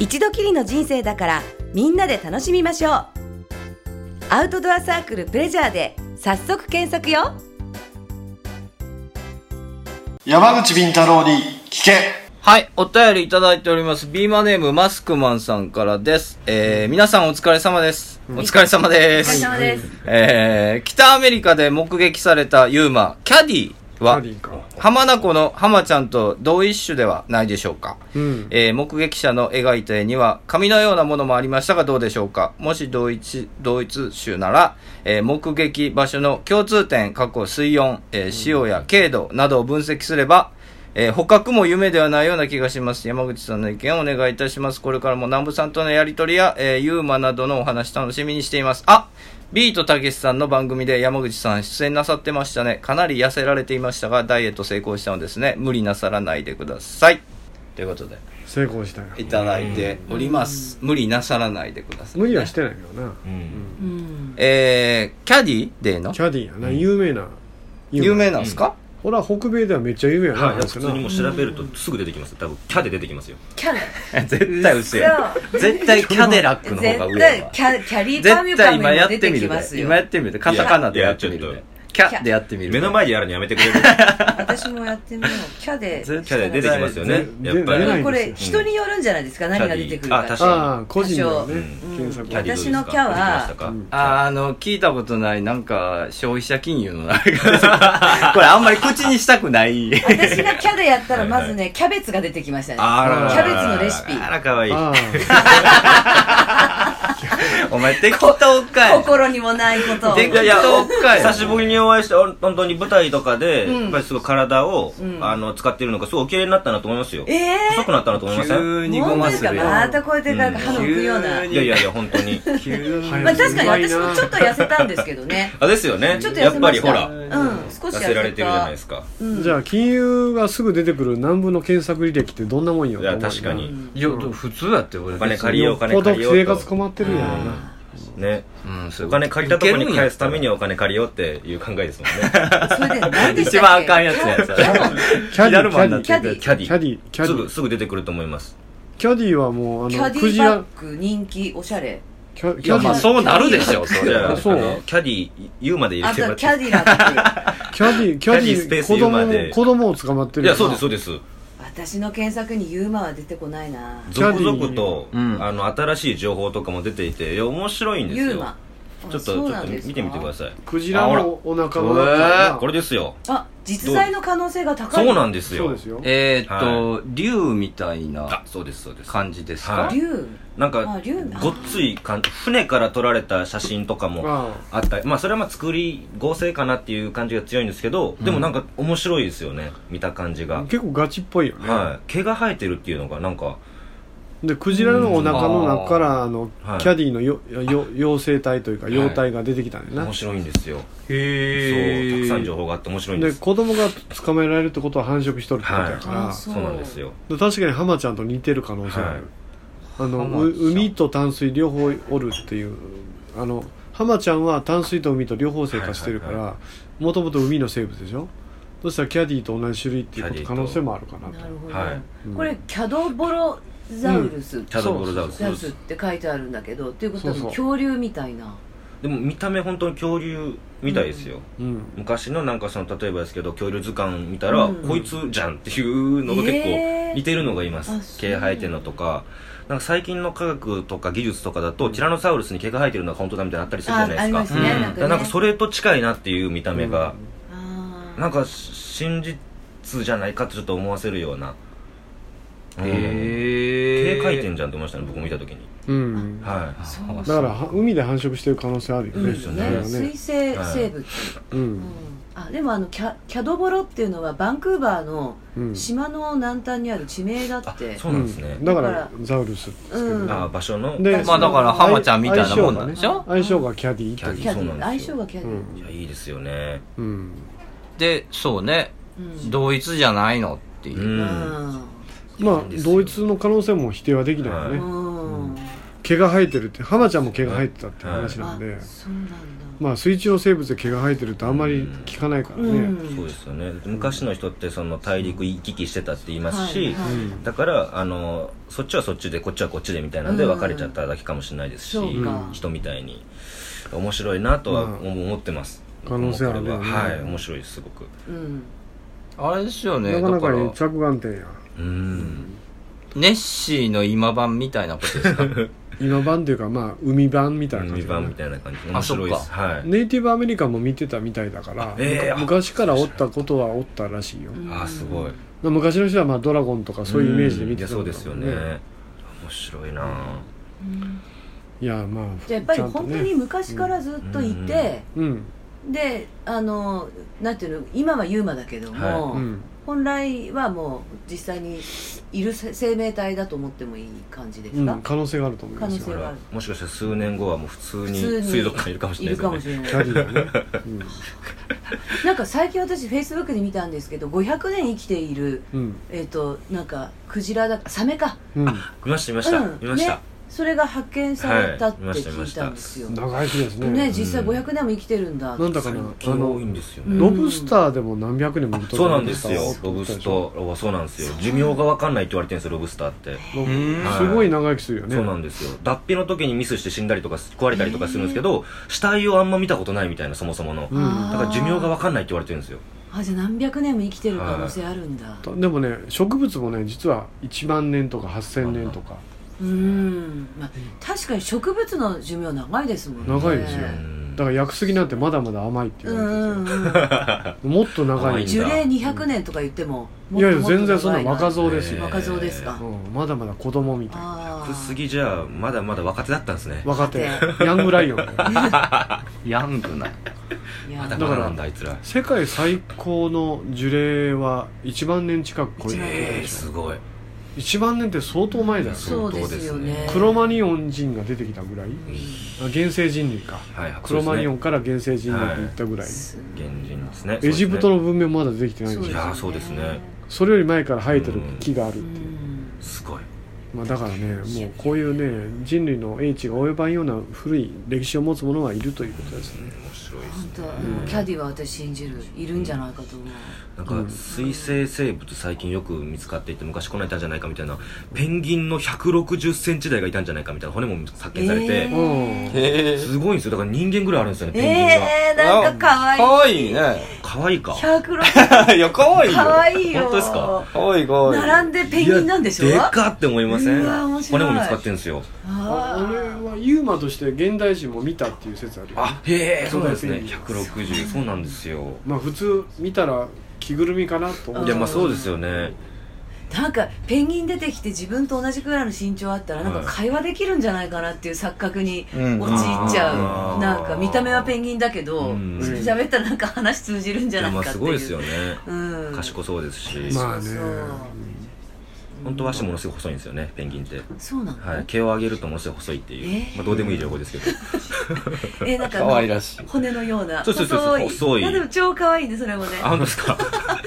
Speaker 3: 一度きりの人生だからみんなで楽しみましょうアウトドアサークルプレジャーで早速検索よ
Speaker 1: 山口敏太郎に聞け
Speaker 2: はい、お便りいただいております。ビーマネームマスクマンさんからです。えー、皆さんお疲れ様です。お疲れ様で
Speaker 3: お疲れ
Speaker 2: す。
Speaker 3: 様です、
Speaker 2: えー、北アメリカで目撃されたユーマ、キャディは、
Speaker 1: ーか
Speaker 2: 浜名湖の浜ちゃんと同一種ではないでしょうか。
Speaker 1: うん
Speaker 2: えー目撃者の描いた絵には紙のようなものもありましたがどうでしょうかもし同一同一種なら、えー目撃場所の共通点過去水温、えー潮や経度などを分析すれば、えー捕獲も夢ではないような気がします山口さんの意見をお願いいたしますこれからも南部さんとのやりとりや、えーユーマなどのお話楽しみにしていますあビートたけしさんの番組で山口さん出演なさってましたねかなり痩せられていましたがダイエット成功したのですね無理なさらないでくださいということで
Speaker 1: 成功したよ
Speaker 2: いただいております。無理なさらないでください、
Speaker 1: 無理はしてないけどな
Speaker 4: うん
Speaker 3: うん
Speaker 2: えー、キャディデーの
Speaker 1: キャディやな有名な
Speaker 2: 有名なんですか、
Speaker 1: ほら北米ではめっちゃ有名やな
Speaker 4: はい、
Speaker 1: やつ
Speaker 4: 普
Speaker 1: な
Speaker 4: 通にもう調べるとすぐ出てきます多分キャで出てきますよ
Speaker 3: キャラ
Speaker 2: 絶対嘘やん。絶対キャデラックの方が
Speaker 3: 絶
Speaker 2: 上や
Speaker 3: 対
Speaker 2: わ
Speaker 3: キャキャリーパミュ
Speaker 2: 絶
Speaker 3: パ
Speaker 2: 対
Speaker 3: ミュ
Speaker 2: 今
Speaker 3: も
Speaker 2: やっ
Speaker 3: 出
Speaker 2: て
Speaker 3: て
Speaker 2: み
Speaker 3: き
Speaker 2: るで
Speaker 3: ますよ
Speaker 2: 今やってみるでカタカナでやってみ
Speaker 4: い
Speaker 2: る
Speaker 4: やいや
Speaker 2: でキャでやってみるで
Speaker 4: 目の前でやるのやめてくれる
Speaker 3: 私もやってみようキャで
Speaker 2: 絶
Speaker 4: キャで出てきますよね
Speaker 1: 絶対
Speaker 4: やっぱ
Speaker 1: 出
Speaker 4: り
Speaker 1: ない
Speaker 3: これ人によるんじゃないですか何が出てくる
Speaker 4: あ確
Speaker 3: か
Speaker 4: か
Speaker 1: ああ個人のね
Speaker 4: 多
Speaker 3: 少
Speaker 1: 検索
Speaker 4: キャディどうです
Speaker 3: 私
Speaker 4: か
Speaker 3: のキャは
Speaker 4: 出てきましたか
Speaker 1: うん
Speaker 2: あーあの聞いたことないなんか消費者金融のなん かこれあんまり口にしたくないキ
Speaker 3: 私がキャでやったらまずねキャベツが出てきましたね
Speaker 4: あらららら
Speaker 3: キャベツのレシピ
Speaker 4: あらかわいい
Speaker 1: あ
Speaker 2: お前適当かい
Speaker 3: 心にもないことを
Speaker 2: で
Speaker 4: いやいや
Speaker 2: どっかい
Speaker 4: 久しぶりにお会いしてあ本当に舞台とかで、
Speaker 3: うん
Speaker 4: やっぱりすごい体を、
Speaker 3: うん
Speaker 4: あの使ってるのがすごいお綺麗になったなと思いますよ
Speaker 3: ええ
Speaker 4: 細くなったなと思いません
Speaker 2: 急にご
Speaker 3: 本当
Speaker 2: ま
Speaker 3: です
Speaker 2: す
Speaker 3: か
Speaker 2: る
Speaker 3: ま
Speaker 2: や
Speaker 3: たこうやってなんか歯の浮くような、
Speaker 2: 急に
Speaker 4: いやいやいや本当に
Speaker 2: ん急に
Speaker 1: はい
Speaker 3: まあ確かに私もちょっと痩せたんですけ どね
Speaker 4: あですよね
Speaker 3: ちょっと
Speaker 4: や
Speaker 3: 痩
Speaker 4: っ
Speaker 3: せ
Speaker 4: ぱ
Speaker 3: ま
Speaker 4: り
Speaker 3: し
Speaker 4: ほ
Speaker 3: た
Speaker 4: ら
Speaker 3: うん少し
Speaker 4: 痩
Speaker 3: 痩
Speaker 4: せ
Speaker 3: せ
Speaker 4: ら
Speaker 3: た
Speaker 4: れてるじゃないですか
Speaker 3: うん
Speaker 1: じゃあ金融がすぐ出てくる南部の検索履歴ってどんなもんよ
Speaker 4: いや確かに
Speaker 2: いや、でも普通だって俺
Speaker 4: お金借り
Speaker 1: よ
Speaker 4: ようお
Speaker 1: っ
Speaker 4: 金
Speaker 1: ぽど
Speaker 4: 借りよ
Speaker 1: 生
Speaker 4: うと
Speaker 1: 活困ってるんやろな
Speaker 4: ね
Speaker 2: うん、そう
Speaker 4: お金借りたとこに返すために
Speaker 2: は
Speaker 4: はお金借りようっていう考えですもんね
Speaker 3: そ れで何でしたっけ
Speaker 2: 一番あかんやつやつ
Speaker 1: キャディ
Speaker 2: ルマンになって
Speaker 1: キ
Speaker 3: キ
Speaker 2: る
Speaker 3: ャディ
Speaker 4: キャ
Speaker 1: ャ
Speaker 4: ディ
Speaker 1: キャディキャデ
Speaker 4: すぐ
Speaker 1: ィ
Speaker 4: すぐ出てくると思います
Speaker 1: キャディはもうあ
Speaker 3: キャ
Speaker 1: の
Speaker 3: デ
Speaker 1: ク
Speaker 3: ィ
Speaker 1: ジ
Speaker 3: バッ
Speaker 1: ラ
Speaker 3: グ人気おしゃれ
Speaker 1: キャ
Speaker 2: い
Speaker 1: キ
Speaker 2: や
Speaker 1: ャデ
Speaker 2: まあ
Speaker 1: ィ
Speaker 2: そうなるでしょそ
Speaker 4: じ
Speaker 2: れ
Speaker 4: ゃあ
Speaker 2: は
Speaker 1: あそう
Speaker 4: あのキャディ言うまで言
Speaker 3: あ
Speaker 4: ってもら
Speaker 3: と
Speaker 4: って
Speaker 3: キャディラック
Speaker 1: キャディキャデ
Speaker 4: キャディスペー
Speaker 1: ィ
Speaker 4: ス
Speaker 1: 子
Speaker 4: 言う
Speaker 1: 供
Speaker 4: まで
Speaker 1: を子供を捕まって
Speaker 4: い
Speaker 1: る
Speaker 4: や
Speaker 1: な
Speaker 4: そうですそうです
Speaker 3: 私の検索にユーマは出てこないな
Speaker 1: キャデ
Speaker 4: 続
Speaker 1: ィ
Speaker 4: 々と、
Speaker 2: うん
Speaker 4: あの新しい情報とかも出ていていや面白いんですよ
Speaker 3: ユーマ
Speaker 4: ちょっとち
Speaker 3: そう
Speaker 4: ょ
Speaker 3: な
Speaker 4: っと
Speaker 3: んですか
Speaker 4: 見てみてください
Speaker 1: クジラ
Speaker 4: あほら
Speaker 1: のお腹の中
Speaker 4: これですよ
Speaker 3: あ実在の可能性が高い
Speaker 4: そうなんんですよ
Speaker 1: そうですよ
Speaker 2: えーっと、竜みたい
Speaker 4: あ
Speaker 2: な
Speaker 4: そうですそうです
Speaker 2: 感じです
Speaker 4: は
Speaker 2: か
Speaker 4: い
Speaker 3: 竜
Speaker 4: なんか
Speaker 3: あ竜あ
Speaker 4: ごっつい感じ船から撮られた写真とかも
Speaker 1: あ
Speaker 4: あったりまあそれはまあ作り合成かなっていう感じが強いんですけど、でもなんか面白いですよね見た感じ
Speaker 1: あ
Speaker 4: が、
Speaker 1: 結構ガチっぽいよね
Speaker 4: はい毛が生えてるっていうのがなんか
Speaker 1: でクジラのお腹の中からあの
Speaker 4: はい
Speaker 1: キャディのよよ妖精体というか
Speaker 4: い
Speaker 1: 妖体が出てきたんだよ
Speaker 4: 面
Speaker 1: な
Speaker 4: 白いんですよ
Speaker 2: へ
Speaker 4: そう
Speaker 2: ー
Speaker 4: たくさん情報があって面白いんで
Speaker 1: です子供が捕まえられるってことは繁殖しとるってことやか
Speaker 3: はいあ
Speaker 1: ら
Speaker 3: そ
Speaker 4: そうなんですよ
Speaker 1: で確かにハマちゃんと似てる可能性がある、あの
Speaker 2: 浜
Speaker 1: う
Speaker 2: ちゃん
Speaker 1: 海と淡水両方おるっていうあのハマちゃんは淡水と海と両方生活してるか
Speaker 4: はいは
Speaker 1: らもともと海の生物でしょそしたらキャディと同じ種類っていうこと
Speaker 4: キャディ
Speaker 1: 可
Speaker 4: と
Speaker 1: 能性もあるかなと
Speaker 3: なるほど、
Speaker 4: はい
Speaker 3: これキャドボロザウルス、
Speaker 4: キャドボルザウルス
Speaker 3: ザウルスって書いてあるんだけどっていうことは
Speaker 1: そうそう
Speaker 3: 恐竜みたいな
Speaker 4: でも見た目本当に恐竜みたいですよ、
Speaker 1: うん
Speaker 4: 昔のなんかその例えばですけど恐竜図鑑見たら、
Speaker 3: うん
Speaker 4: こいつじゃんっていうのが結
Speaker 3: え
Speaker 4: 構
Speaker 3: ー
Speaker 4: 似てるのがいま
Speaker 3: あ
Speaker 4: す
Speaker 3: そう
Speaker 4: 毛生えてるのとかなんか最近の科学とか技術とかだと、ティラノサウルスに毛が生えてるのが本当だみたいなのあったりするじゃ
Speaker 3: あ
Speaker 4: ない
Speaker 3: ありま
Speaker 4: ですす
Speaker 3: ね、
Speaker 4: か,、
Speaker 2: うん
Speaker 3: な
Speaker 4: だ
Speaker 3: んか
Speaker 4: から
Speaker 3: ね
Speaker 4: なんかそれと近いなっていう見た目が、
Speaker 3: あー
Speaker 4: なんか真実じゃないかってちょっと思わせるような、うん
Speaker 2: え
Speaker 4: 毛生えてんじゃんって思いましたね僕も見た時に、
Speaker 1: うんだ
Speaker 4: は
Speaker 2: そう
Speaker 1: からは海で繁殖してる可能性あるよ
Speaker 3: うん
Speaker 1: ね
Speaker 4: で。すよね
Speaker 1: それは
Speaker 3: 水
Speaker 1: ね
Speaker 3: 生生物、
Speaker 1: うん
Speaker 3: あでもあのキャキャドボロっていうのはバンクーバーの
Speaker 1: うん
Speaker 3: 島の南端にある地名だって、
Speaker 4: いあそうなんですね、
Speaker 1: うんだか
Speaker 3: だから
Speaker 1: ザウルスですけど
Speaker 3: うん
Speaker 4: あ場所の
Speaker 1: で
Speaker 2: まあだから浜ちゃんみたいなもんなんでしょ
Speaker 1: 相性がキャディと
Speaker 3: キ
Speaker 1: いう
Speaker 3: ャデ
Speaker 4: そうなん
Speaker 3: ィ
Speaker 4: ですよ
Speaker 3: 相性がキャディ、
Speaker 1: うん
Speaker 4: いやいいですよね
Speaker 1: うん
Speaker 2: でそうね
Speaker 3: うん
Speaker 2: 同一じゃないのっていうう、
Speaker 3: うんん
Speaker 1: まあ同一の可能性も否定はできないよ
Speaker 3: う
Speaker 1: ね、
Speaker 3: ん
Speaker 1: 毛が生えてるって浜ちゃんも毛が生えてたって話な
Speaker 3: あ
Speaker 1: んで、
Speaker 3: そうなんだ、
Speaker 1: まあ水中の生物で毛が生えてるってあんまり聞かないからね、
Speaker 3: うん
Speaker 4: そうですよね昔の人ってその大陸行き来してたって言いますし、
Speaker 3: はいはい
Speaker 1: うん
Speaker 4: だからあのそっちはそっちでこっちはこっちでみたいなんで
Speaker 3: うん
Speaker 4: 別れちゃっただけかもしれないですし、
Speaker 3: そうか
Speaker 4: 人みたいに面白いなとは
Speaker 1: まあ
Speaker 4: 思ってます、
Speaker 1: 可能性あるよね
Speaker 4: 僕もこれははい面白いですすごく
Speaker 3: うん
Speaker 2: あれですよ
Speaker 1: な
Speaker 2: ね
Speaker 1: かな
Speaker 2: だか
Speaker 1: からね着眼点や
Speaker 4: うん
Speaker 2: ネッシーの今版みたいなことですか
Speaker 1: 今版というかまあ海版みたいな感
Speaker 4: 海
Speaker 1: じだ
Speaker 4: 版
Speaker 1: ね
Speaker 4: みたいな感じ
Speaker 2: あ
Speaker 4: 面白いですはい、
Speaker 1: ネイティブアメリカンも見てたみたいだから、
Speaker 4: ええ
Speaker 1: むか昔からおったことはおったらしいよ、
Speaker 3: うん
Speaker 4: ああすごい
Speaker 1: 昔の人はまあドラゴンとかそういうイメージで見て
Speaker 4: うんいや
Speaker 1: た
Speaker 4: そ
Speaker 1: んだ
Speaker 4: う
Speaker 1: ろ
Speaker 4: です
Speaker 1: う
Speaker 4: よね面白いなあ
Speaker 1: いやまあ
Speaker 3: じゃあやっぱり
Speaker 1: ちんと
Speaker 3: 本当
Speaker 1: ね
Speaker 3: に昔からずっといて、
Speaker 1: うん
Speaker 3: であのなんていうの今はユーマだけども、
Speaker 1: う
Speaker 4: は
Speaker 1: ん
Speaker 3: 本来はもう実際にいるせ生命体だと思ってもいい感じです
Speaker 1: う
Speaker 3: か、
Speaker 1: ん可能性があると思います
Speaker 3: 可能性
Speaker 1: よ
Speaker 4: ほらもしかしたら数年後はもう普通に
Speaker 3: 普通に
Speaker 4: 水族館いるかもし
Speaker 3: い
Speaker 4: れないですよ
Speaker 3: るか
Speaker 4: ね
Speaker 3: もしれない
Speaker 1: キャリーがね、
Speaker 3: なんか最近私フェイスブックで見たんですけど500年生きている
Speaker 1: うん
Speaker 3: えっ、となんかクジラだサメか
Speaker 1: うん、
Speaker 4: 見ました見ました、
Speaker 3: うん
Speaker 4: 見ました、
Speaker 3: ねそれが発見されたって
Speaker 4: はい見ました
Speaker 3: 聞いたんですよ、
Speaker 1: うん長生きですね
Speaker 3: ね実際500年も生きてるんだって
Speaker 1: なんだかなあ
Speaker 4: 昨日多い
Speaker 1: の
Speaker 4: んですよ
Speaker 3: うん
Speaker 4: ね、
Speaker 1: ロブスターでも何百年も生きとる
Speaker 4: そうなんですよ
Speaker 1: と
Speaker 4: ロ
Speaker 1: 思
Speaker 4: ブ
Speaker 1: ったで
Speaker 4: ス
Speaker 1: し
Speaker 4: タ
Speaker 1: ょ
Speaker 4: ーはそうなんですよ寿命が分かんないって言われてるんですよロブスターって、
Speaker 1: ロブ
Speaker 2: うん
Speaker 1: すごい長生きするよね
Speaker 4: そうなんですよ脱皮の時にミスして死んだりとか食われたりとかするんですけど、死体をあんま見たことないみたいなそもそもの、
Speaker 1: うん
Speaker 3: あー
Speaker 4: だから寿命が分かんないって言われてるんですよ
Speaker 3: あじゃあ何百年も生きてる可能性あるんだ、
Speaker 1: でもね植物もね実は1万年とか8,000年とか
Speaker 3: うーん、まあ、確かに植物の寿命長いですもんね
Speaker 1: 長いですよ
Speaker 4: うん
Speaker 1: だから屋久杉なんてまだまだ甘いって
Speaker 3: う
Speaker 1: 言われてて
Speaker 3: ん、うん、
Speaker 1: もっと長い
Speaker 4: 甘いん
Speaker 1: い
Speaker 4: だ
Speaker 3: 樹齢200年とか言ってももっと
Speaker 1: やいや
Speaker 3: もっと
Speaker 1: 全然そんな
Speaker 3: 長い
Speaker 1: 若造ですよ、
Speaker 4: ね
Speaker 3: 若造ですか、
Speaker 1: うん、まだまだ子供みたいな
Speaker 3: あ
Speaker 4: くす
Speaker 3: あ
Speaker 4: ぎじゃあまだまだ若手だったんですね
Speaker 1: 若手ヤングライオンね
Speaker 2: ヤングない
Speaker 4: ま
Speaker 3: や
Speaker 4: だ
Speaker 1: か
Speaker 4: ま
Speaker 1: ら
Speaker 4: だなんだあいつら
Speaker 1: 世界最高の樹齢は1万年近く超えてる
Speaker 4: え
Speaker 1: で
Speaker 4: ー、
Speaker 1: し
Speaker 4: す
Speaker 1: ょ
Speaker 4: ごい
Speaker 1: 1万年って相当前だよね
Speaker 3: そうですよね
Speaker 1: クロマニオン人が出てきたぐらいあ原生人類か
Speaker 4: はい
Speaker 1: クロマニオ
Speaker 4: ン
Speaker 1: ンから原生人類って言ったぐらい、
Speaker 3: す
Speaker 4: 原人ですね
Speaker 1: エジプト
Speaker 4: の
Speaker 1: の文明まだできてないん
Speaker 3: ご
Speaker 1: で
Speaker 3: い
Speaker 1: す
Speaker 4: い
Speaker 1: よ
Speaker 4: やーそうですね
Speaker 1: それより前から生えてる木があるっ
Speaker 3: う
Speaker 1: ていう、
Speaker 3: ん
Speaker 4: すごい
Speaker 1: まあ、だからねもうこういうね人類の英知が及ばんような古い歴史を持つものはいるということですね
Speaker 4: 面白いです
Speaker 3: 本当、もうキャディは私信じるいるんじゃないかと思う、
Speaker 4: なんか水生生物最近よく見つかっていて昔こんないたんじゃないかみたいなペンギンの1 6 0センチ台がいたんじゃないかみたいな骨も発見されて、
Speaker 1: うん
Speaker 2: え
Speaker 4: すごいんですよだから人間ぐらいあるんですよねペンギンが、
Speaker 3: ええー、なんか可愛い
Speaker 2: かわいいね
Speaker 4: 可愛いか
Speaker 3: 160
Speaker 2: いやかわいいよ
Speaker 3: 可愛いよ
Speaker 4: 本当ですか
Speaker 2: かわいいかわいい
Speaker 3: 並んでペンギンなんでしょ
Speaker 4: いやでかって思いません
Speaker 3: うわ面白い
Speaker 4: 骨も見つかってるんですよ
Speaker 3: あ
Speaker 1: あ
Speaker 3: ー
Speaker 1: 俺はユーマとして現代人も見たっていう説あるよ
Speaker 4: あへえそうなんですね
Speaker 1: そうなん
Speaker 4: 160そうなんですよ
Speaker 1: まあ普通見たら着ぐるみかなと思
Speaker 4: いうやまあそうですよね
Speaker 3: なんかペンギン出てきて自分と同じくらいの身長あったらなんか
Speaker 4: はい
Speaker 3: 会話できるんじゃないかなっていう錯覚に
Speaker 2: うん
Speaker 3: 陥っちゃう、
Speaker 4: うん
Speaker 3: なんか見た目はペンギンだけど
Speaker 4: うん
Speaker 3: 喋、ったらなんか話通じるんじ
Speaker 4: い
Speaker 3: ゃな
Speaker 4: や
Speaker 3: い
Speaker 4: ま
Speaker 3: かっ
Speaker 4: あ
Speaker 3: ていう
Speaker 4: すごいですよね
Speaker 3: うん、
Speaker 4: 賢そうですし、
Speaker 1: まあね
Speaker 4: 本当は足ものすごい細いんですよねペンギンって、
Speaker 3: そうなの、
Speaker 4: はい、毛を上げるとものすごい細いっていう、
Speaker 3: えー
Speaker 4: まあ、どうでもいい情報ですけど
Speaker 3: えなんか
Speaker 2: かわいらしい
Speaker 3: 骨のような
Speaker 4: そうそうそうそう
Speaker 3: 細い
Speaker 4: 細い
Speaker 3: やでも超可愛いねそれもね
Speaker 4: あ、本当です か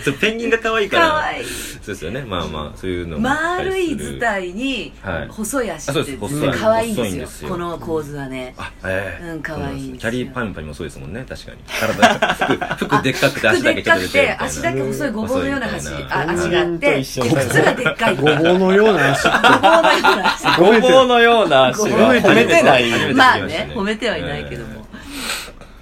Speaker 4: そうペンギンが可愛いから。
Speaker 3: 可愛い
Speaker 4: そうですよね。まあまあ、そういうのもあった
Speaker 3: 丸
Speaker 4: りす
Speaker 3: い
Speaker 4: る
Speaker 3: 図。体に
Speaker 4: はい
Speaker 3: 細い足って
Speaker 4: あそうです細
Speaker 1: い
Speaker 3: 可愛いん
Speaker 4: 細いん
Speaker 3: で
Speaker 4: ですす
Speaker 3: よ
Speaker 4: よ
Speaker 3: この構図はね
Speaker 4: あ、ええ
Speaker 3: うん可愛いんですよ
Speaker 4: キャリーパンパンもそうですもんね、確かに。体、服、服でっかくて
Speaker 3: 服
Speaker 4: 足だけ
Speaker 3: でっ
Speaker 4: ちょっ
Speaker 3: か
Speaker 4: と出てる
Speaker 3: く
Speaker 4: み
Speaker 3: て
Speaker 4: たいな。
Speaker 3: 足だけ細いごぼうのような足
Speaker 4: 細いみた
Speaker 3: あ
Speaker 4: いな
Speaker 3: 足があって
Speaker 2: うん
Speaker 3: 靴がでっかい
Speaker 1: ごぼうのような足
Speaker 3: ごぼうのような 足
Speaker 2: ごぼうのような足は褒めてない
Speaker 4: ごぼうのような足
Speaker 2: よ
Speaker 3: まあね褒めてはいないけども、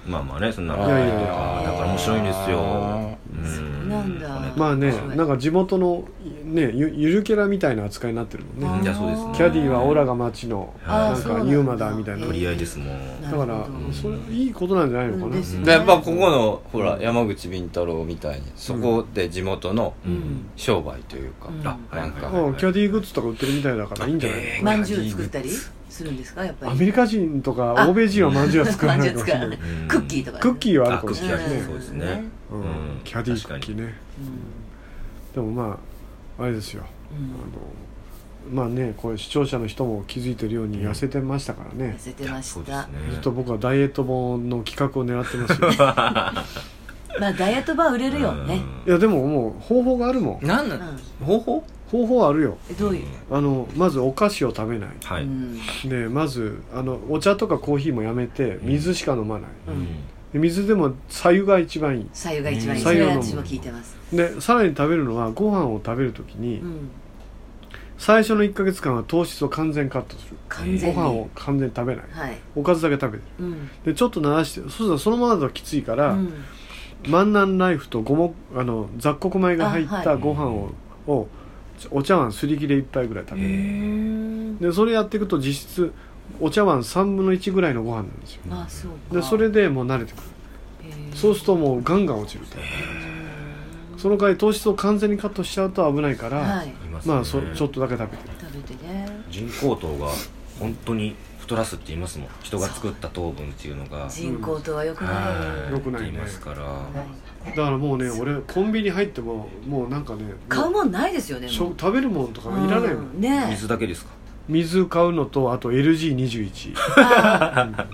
Speaker 4: まあまあねそんなの
Speaker 1: いやいやい
Speaker 4: だ
Speaker 1: や
Speaker 4: から面白いんですようん
Speaker 3: なんだ
Speaker 4: こ
Speaker 1: まあね
Speaker 3: 面白い
Speaker 1: なんか地元のねゆゆるキャラみたいな扱いになってるもんね
Speaker 4: れうんいやそうですね
Speaker 1: キャディはオラが町の
Speaker 4: あ
Speaker 1: な
Speaker 4: ー
Speaker 1: ん
Speaker 4: そう
Speaker 1: か
Speaker 3: なんだ
Speaker 1: ユーマだみたいな
Speaker 3: へー
Speaker 4: 取り合いですもん
Speaker 1: だからそれいいことなんじゃないのかな、
Speaker 3: ですね
Speaker 2: でやっぱここのほら山口敏太郎みたいにそこで地元の
Speaker 4: うん
Speaker 2: 商売というか、
Speaker 3: うん
Speaker 4: あはいはいはい
Speaker 1: うんキャディグッズとか売ってるみたいだからいいんじゃない
Speaker 4: え
Speaker 3: まんじゅう作ったりするんですかやっぱ
Speaker 1: アメ
Speaker 3: り
Speaker 1: リカ人とか欧米人はまん じゅうは作らないかもしれ
Speaker 3: まん
Speaker 1: な
Speaker 3: じゅ
Speaker 1: い
Speaker 4: うん
Speaker 3: クッキーとか
Speaker 1: クッキーはある
Speaker 4: あ
Speaker 1: か
Speaker 4: ク
Speaker 1: も
Speaker 4: ッ
Speaker 1: し
Speaker 4: キ
Speaker 1: れ
Speaker 4: ー
Speaker 1: な
Speaker 4: はいあ
Speaker 1: ね
Speaker 4: りそうですね
Speaker 1: うん
Speaker 4: うん
Speaker 1: キャディクッキーねでもまああれですよ
Speaker 3: う
Speaker 1: あの
Speaker 3: ん
Speaker 1: まあねこれ視聴者の人も気づいてるように痩せてましたから
Speaker 3: 痩
Speaker 1: ね、
Speaker 3: せてま
Speaker 4: そ
Speaker 3: し
Speaker 4: うで
Speaker 3: た
Speaker 4: す
Speaker 1: ずっ
Speaker 4: ね
Speaker 1: と僕はダイエット本の企画を狙ってますよ
Speaker 3: まあダイエットバー売れるよね
Speaker 1: いやでももう方法があるもん
Speaker 2: なん
Speaker 3: う
Speaker 2: なん方法
Speaker 1: 方法あるよ
Speaker 3: えどういう
Speaker 1: あのまずお菓子を食べない
Speaker 4: は
Speaker 3: う
Speaker 4: い
Speaker 3: ん
Speaker 1: でまずあのお茶とかコーヒーもやめて水しか飲まない、
Speaker 3: うん
Speaker 1: で水でも白湯が一番いい
Speaker 3: 左右が一番い
Speaker 1: う
Speaker 3: い
Speaker 1: ん
Speaker 3: それは
Speaker 1: 白湯
Speaker 3: 私
Speaker 1: の
Speaker 3: も聞いてます
Speaker 1: でさらに食べるのはご飯を食べるときに、
Speaker 3: うん
Speaker 1: 最初の1ヶ月間は糖質を完全カットする
Speaker 3: 完
Speaker 1: ご
Speaker 3: 全に
Speaker 1: 飯を完全に食べない
Speaker 3: はい
Speaker 1: おかずだけ食べて
Speaker 3: うん
Speaker 1: るでちょっと慣らしてそうするとそのままだときついか
Speaker 3: う
Speaker 1: ら、
Speaker 3: ん
Speaker 1: 万南ライフと五目あの雑穀米が入っ
Speaker 3: あは
Speaker 1: た
Speaker 3: い
Speaker 1: ご飯を,、をお茶碗すり切れ一杯ぐらい食べる、
Speaker 3: うん
Speaker 1: でそれやっていくと実質お茶碗3分の1ぐらいのご飯なんですよ
Speaker 3: あそうか
Speaker 1: でそれでもう慣れてくる
Speaker 3: へー
Speaker 1: そうするともうガンガン落ちるとその代わり糖質を完全にカットしちゃうと危ないから、
Speaker 3: はい
Speaker 4: いますね
Speaker 1: まあそちょっとだけ食べてる
Speaker 3: 食べてね
Speaker 4: 人工糖が本当に太らすって言いますもん人が作った糖分っていうのが
Speaker 3: 人工糖は良くないよ
Speaker 4: はい
Speaker 1: 良くないね
Speaker 4: って言いますから
Speaker 1: だからもうね俺コンビニ入ってももうなんかね
Speaker 3: 買う
Speaker 1: も
Speaker 3: もんないですよ
Speaker 1: う
Speaker 3: ね
Speaker 1: し
Speaker 3: も
Speaker 1: ょ
Speaker 3: う
Speaker 1: 食べるもんとかいらないもん、
Speaker 3: うんね
Speaker 4: 水だけですか
Speaker 1: 水買うのとあと LG21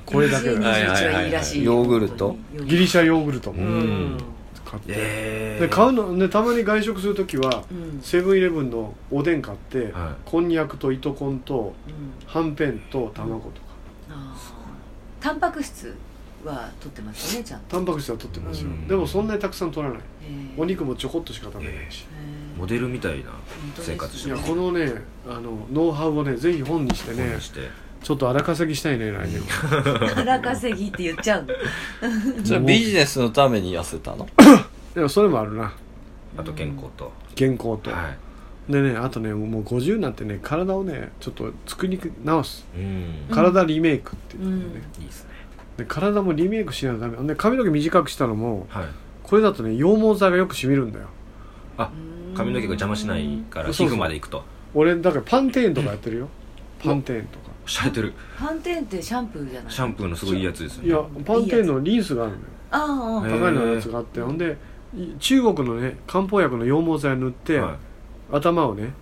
Speaker 1: これだけ
Speaker 3: 21
Speaker 1: だ
Speaker 4: だ
Speaker 3: はいいらしい
Speaker 2: ヨーグルト
Speaker 1: ギリシャヨーグルト
Speaker 4: う
Speaker 1: も
Speaker 4: ん
Speaker 1: 買って、
Speaker 4: え
Speaker 1: で買う
Speaker 4: の
Speaker 1: のでたまに外食する時は
Speaker 3: うん
Speaker 1: セブンイレブンのおでん買って、
Speaker 4: は
Speaker 1: こんにゃくと糸こんと
Speaker 3: うん
Speaker 1: はんぺんと卵とか
Speaker 3: あータンパク質は取ってますよねちゃんと
Speaker 1: タンパク質は取ってますよ、
Speaker 4: うん
Speaker 1: でもそんなにたくさん取らない
Speaker 3: へー
Speaker 1: お肉もちょこっとしか食べないし、
Speaker 3: へー
Speaker 4: モデルみたいな
Speaker 3: 本当ですね
Speaker 4: 生活し
Speaker 1: い
Speaker 4: て
Speaker 1: や
Speaker 4: ます
Speaker 1: このねあのノウハウをねぜひ本にして
Speaker 4: こういう
Speaker 1: ね
Speaker 4: のして
Speaker 1: ちょっと荒稼ぎしたいね来年は
Speaker 3: 腹稼ぎって言っちゃうの
Speaker 2: じゃあビジネスのために痩せたの
Speaker 1: でもそれもあるな
Speaker 4: あと健康と
Speaker 1: 健康と、
Speaker 4: は
Speaker 1: でねあとねもう50になってね体をねちょっと作り直す
Speaker 4: いうん
Speaker 1: 体リメイクっていううね、
Speaker 3: ん
Speaker 4: いいですね
Speaker 1: で体もリメイクしないとダメで髪の毛短くしたのも
Speaker 4: はい
Speaker 1: これだとね羊毛剤がよく染みるんだよ
Speaker 4: あ髪の毛が邪魔しないから
Speaker 1: そうそう
Speaker 4: 皮膚まで行くと
Speaker 1: 俺だからパンテーンとかやってるよパンテーンとか
Speaker 4: しゃれてる
Speaker 3: パンテーンってシャンプーじゃない
Speaker 4: シャンプーのすごいいいやつですよ
Speaker 1: い
Speaker 4: ね
Speaker 1: やパンテーンのリンスがあるのよ
Speaker 3: あ
Speaker 4: へ
Speaker 3: ー
Speaker 4: ー
Speaker 1: 高いののやつがあってほんでい中国のね漢方薬の羊毛剤塗って、
Speaker 4: は
Speaker 1: 頭をね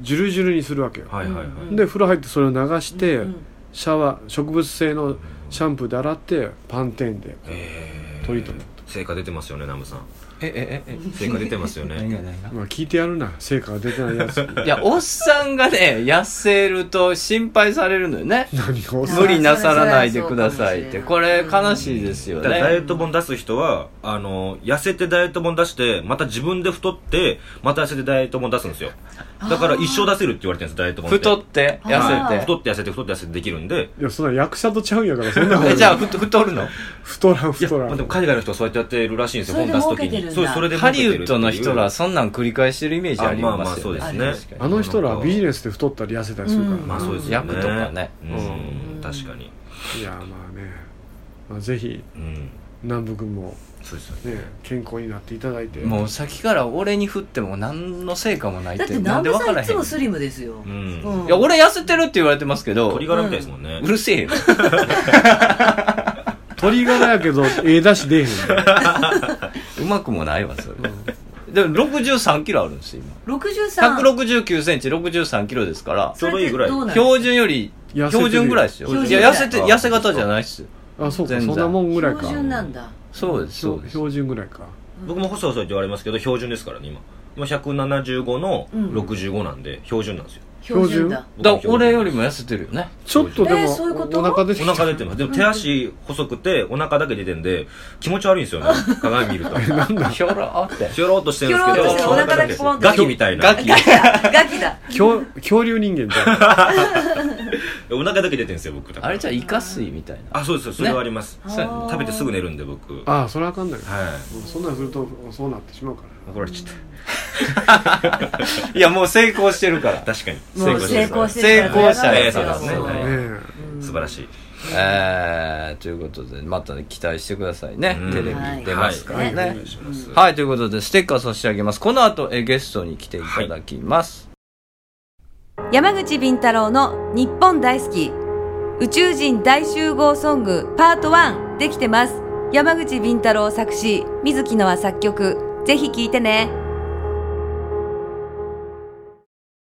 Speaker 1: ジュルジュルにするわけよ、
Speaker 4: いはいはいはい
Speaker 3: うん
Speaker 1: で風呂入ってそれを流して、
Speaker 3: うん
Speaker 1: シャワー植物性のシャンプーで洗ってパンテーンで
Speaker 4: え
Speaker 1: トリートメント
Speaker 4: 成果出てますよねナムさん
Speaker 2: ええええ
Speaker 4: 成果出てます よね
Speaker 2: が何が
Speaker 1: まあ聞いてやるな成果が出てないやつ
Speaker 2: いやおっさんがね痩せると心配されるのよね
Speaker 1: 何が お
Speaker 3: あ
Speaker 1: す
Speaker 3: ー
Speaker 2: 無理なさらないでくださいって
Speaker 3: そ
Speaker 2: こ
Speaker 3: れ
Speaker 2: れ
Speaker 3: はそうかも
Speaker 2: 悲
Speaker 3: し
Speaker 2: しいですよ
Speaker 4: だからダイエ
Speaker 2: ね
Speaker 4: ット本出す人はあの痩せてダイエット本出してまた自分で太ってまた痩せてダイエット本出すんですよだから一生出せるって言われてるんですダイエット本って
Speaker 2: 太って痩
Speaker 3: あー
Speaker 2: せて
Speaker 4: 太って痩せて太って痩せてできるんで
Speaker 1: いやそんな役者とちゃうんやからそんなこと
Speaker 2: えじゃあふ太るの
Speaker 1: 太らん
Speaker 4: いや、
Speaker 1: 太ら
Speaker 4: まあ、
Speaker 1: ん
Speaker 4: でも海外の人はそうやってやってるらしいんですよ
Speaker 3: そ
Speaker 4: 本
Speaker 3: れで
Speaker 4: 出す
Speaker 3: 儲
Speaker 4: 時
Speaker 3: けてるんだ
Speaker 4: にそうそれで儲
Speaker 2: ハ
Speaker 4: けて
Speaker 2: リ
Speaker 4: る
Speaker 2: ウ
Speaker 4: っていう
Speaker 2: ッドの人らそんなん繰り返してるイメージあり
Speaker 4: あまあま
Speaker 2: ま
Speaker 4: あ
Speaker 2: す
Speaker 4: そ
Speaker 2: よ
Speaker 4: う
Speaker 2: ね
Speaker 4: ですね
Speaker 2: 確かに
Speaker 1: あの人らはビジネスで太ったり痩せたりするからな、
Speaker 3: うん
Speaker 4: まあそうですよね
Speaker 2: 役とかね
Speaker 4: うん確かに
Speaker 1: いやまあね、まあ、ぜひ
Speaker 4: うん
Speaker 1: 南部君も
Speaker 4: そうですよね
Speaker 1: ね健康になっていただいて
Speaker 2: もう先から俺に振っても何の成果もないっ
Speaker 3: だってて
Speaker 2: なん
Speaker 3: 南
Speaker 2: で分
Speaker 3: 部さ
Speaker 2: か
Speaker 3: ん
Speaker 2: ら
Speaker 3: い
Speaker 2: へ
Speaker 3: つ
Speaker 2: ん
Speaker 3: もスリムですよ
Speaker 4: う
Speaker 3: うん
Speaker 2: いや俺痩せてるって言われてますけど
Speaker 4: 鶏ガラみたいですもんね
Speaker 2: うるせえよ
Speaker 1: 鶏ガラやけどええ出し出えへんね
Speaker 2: うまくもないわそれでも63キロあるんですよ今
Speaker 3: 63
Speaker 2: 169センチ63キロですから
Speaker 4: ちょうどいいぐらい
Speaker 3: それってどうなの
Speaker 2: 標準より
Speaker 1: 痩せてる
Speaker 2: 標準ぐらいですよ
Speaker 3: 標準
Speaker 2: い
Speaker 3: ぐらい
Speaker 2: や痩せて痩せ型じゃないっすよ
Speaker 1: あそうか
Speaker 2: 全
Speaker 1: そ
Speaker 2: 然
Speaker 1: んなもんぐらいか
Speaker 3: 標準なんだ
Speaker 2: そうですそうです
Speaker 1: 標準ぐらいか
Speaker 4: 僕も細い細いって言われますけど標準ですからね今今175の65なんで標準なんですよ
Speaker 3: 標準だ
Speaker 4: 僕
Speaker 2: だ
Speaker 4: も
Speaker 2: か
Speaker 4: 標
Speaker 2: ら
Speaker 4: 準
Speaker 2: 俺よりも痩せてるよ ね
Speaker 1: ちょっとでも、
Speaker 3: えーそういうこと
Speaker 1: お腹出て
Speaker 4: お
Speaker 1: きた
Speaker 4: 腹出てますでも手足細くてお腹だけ出てんで気持ち悪いんですよね鏡見る と
Speaker 2: ひょろーって
Speaker 4: ひょろっとしてるんですけ
Speaker 3: ひょろ
Speaker 4: ど
Speaker 3: っとしてお腹だけポンって
Speaker 4: ガキみたいな
Speaker 2: ガキ
Speaker 3: ガキだガキだ
Speaker 1: 恐恐竜人間じゃん
Speaker 4: お腹だけ出てるんですよ僕だから
Speaker 2: あれじゃあイカ水みたいな
Speaker 4: あそうですそれはあります、
Speaker 2: そうやね
Speaker 4: 食べてすぐ寝るんで僕はい
Speaker 1: ああそれはあかんだよ、もうそんなんするとそうなってしまうから
Speaker 4: 怒られちゃっ
Speaker 2: いやもう成功してるから
Speaker 4: た確かに
Speaker 7: もう成功してる
Speaker 2: 成功した
Speaker 4: ね
Speaker 7: そ
Speaker 4: そ
Speaker 7: う
Speaker 4: うですねはい
Speaker 1: ね
Speaker 4: 素晴らしい
Speaker 2: えー、ということでまた、ね、期待してくださいね、
Speaker 4: うん
Speaker 2: テレビ出ますからね、
Speaker 4: はい
Speaker 2: は
Speaker 4: お
Speaker 2: い
Speaker 4: 願いします
Speaker 2: はいということでステッカー差し上げますこの後えゲストに来ていただきます、
Speaker 7: 山口敏太郎の日本大好き宇宙人大集合ソングパート1できてます山口敏太郎作詞水木のは作曲ぜひ聴いてね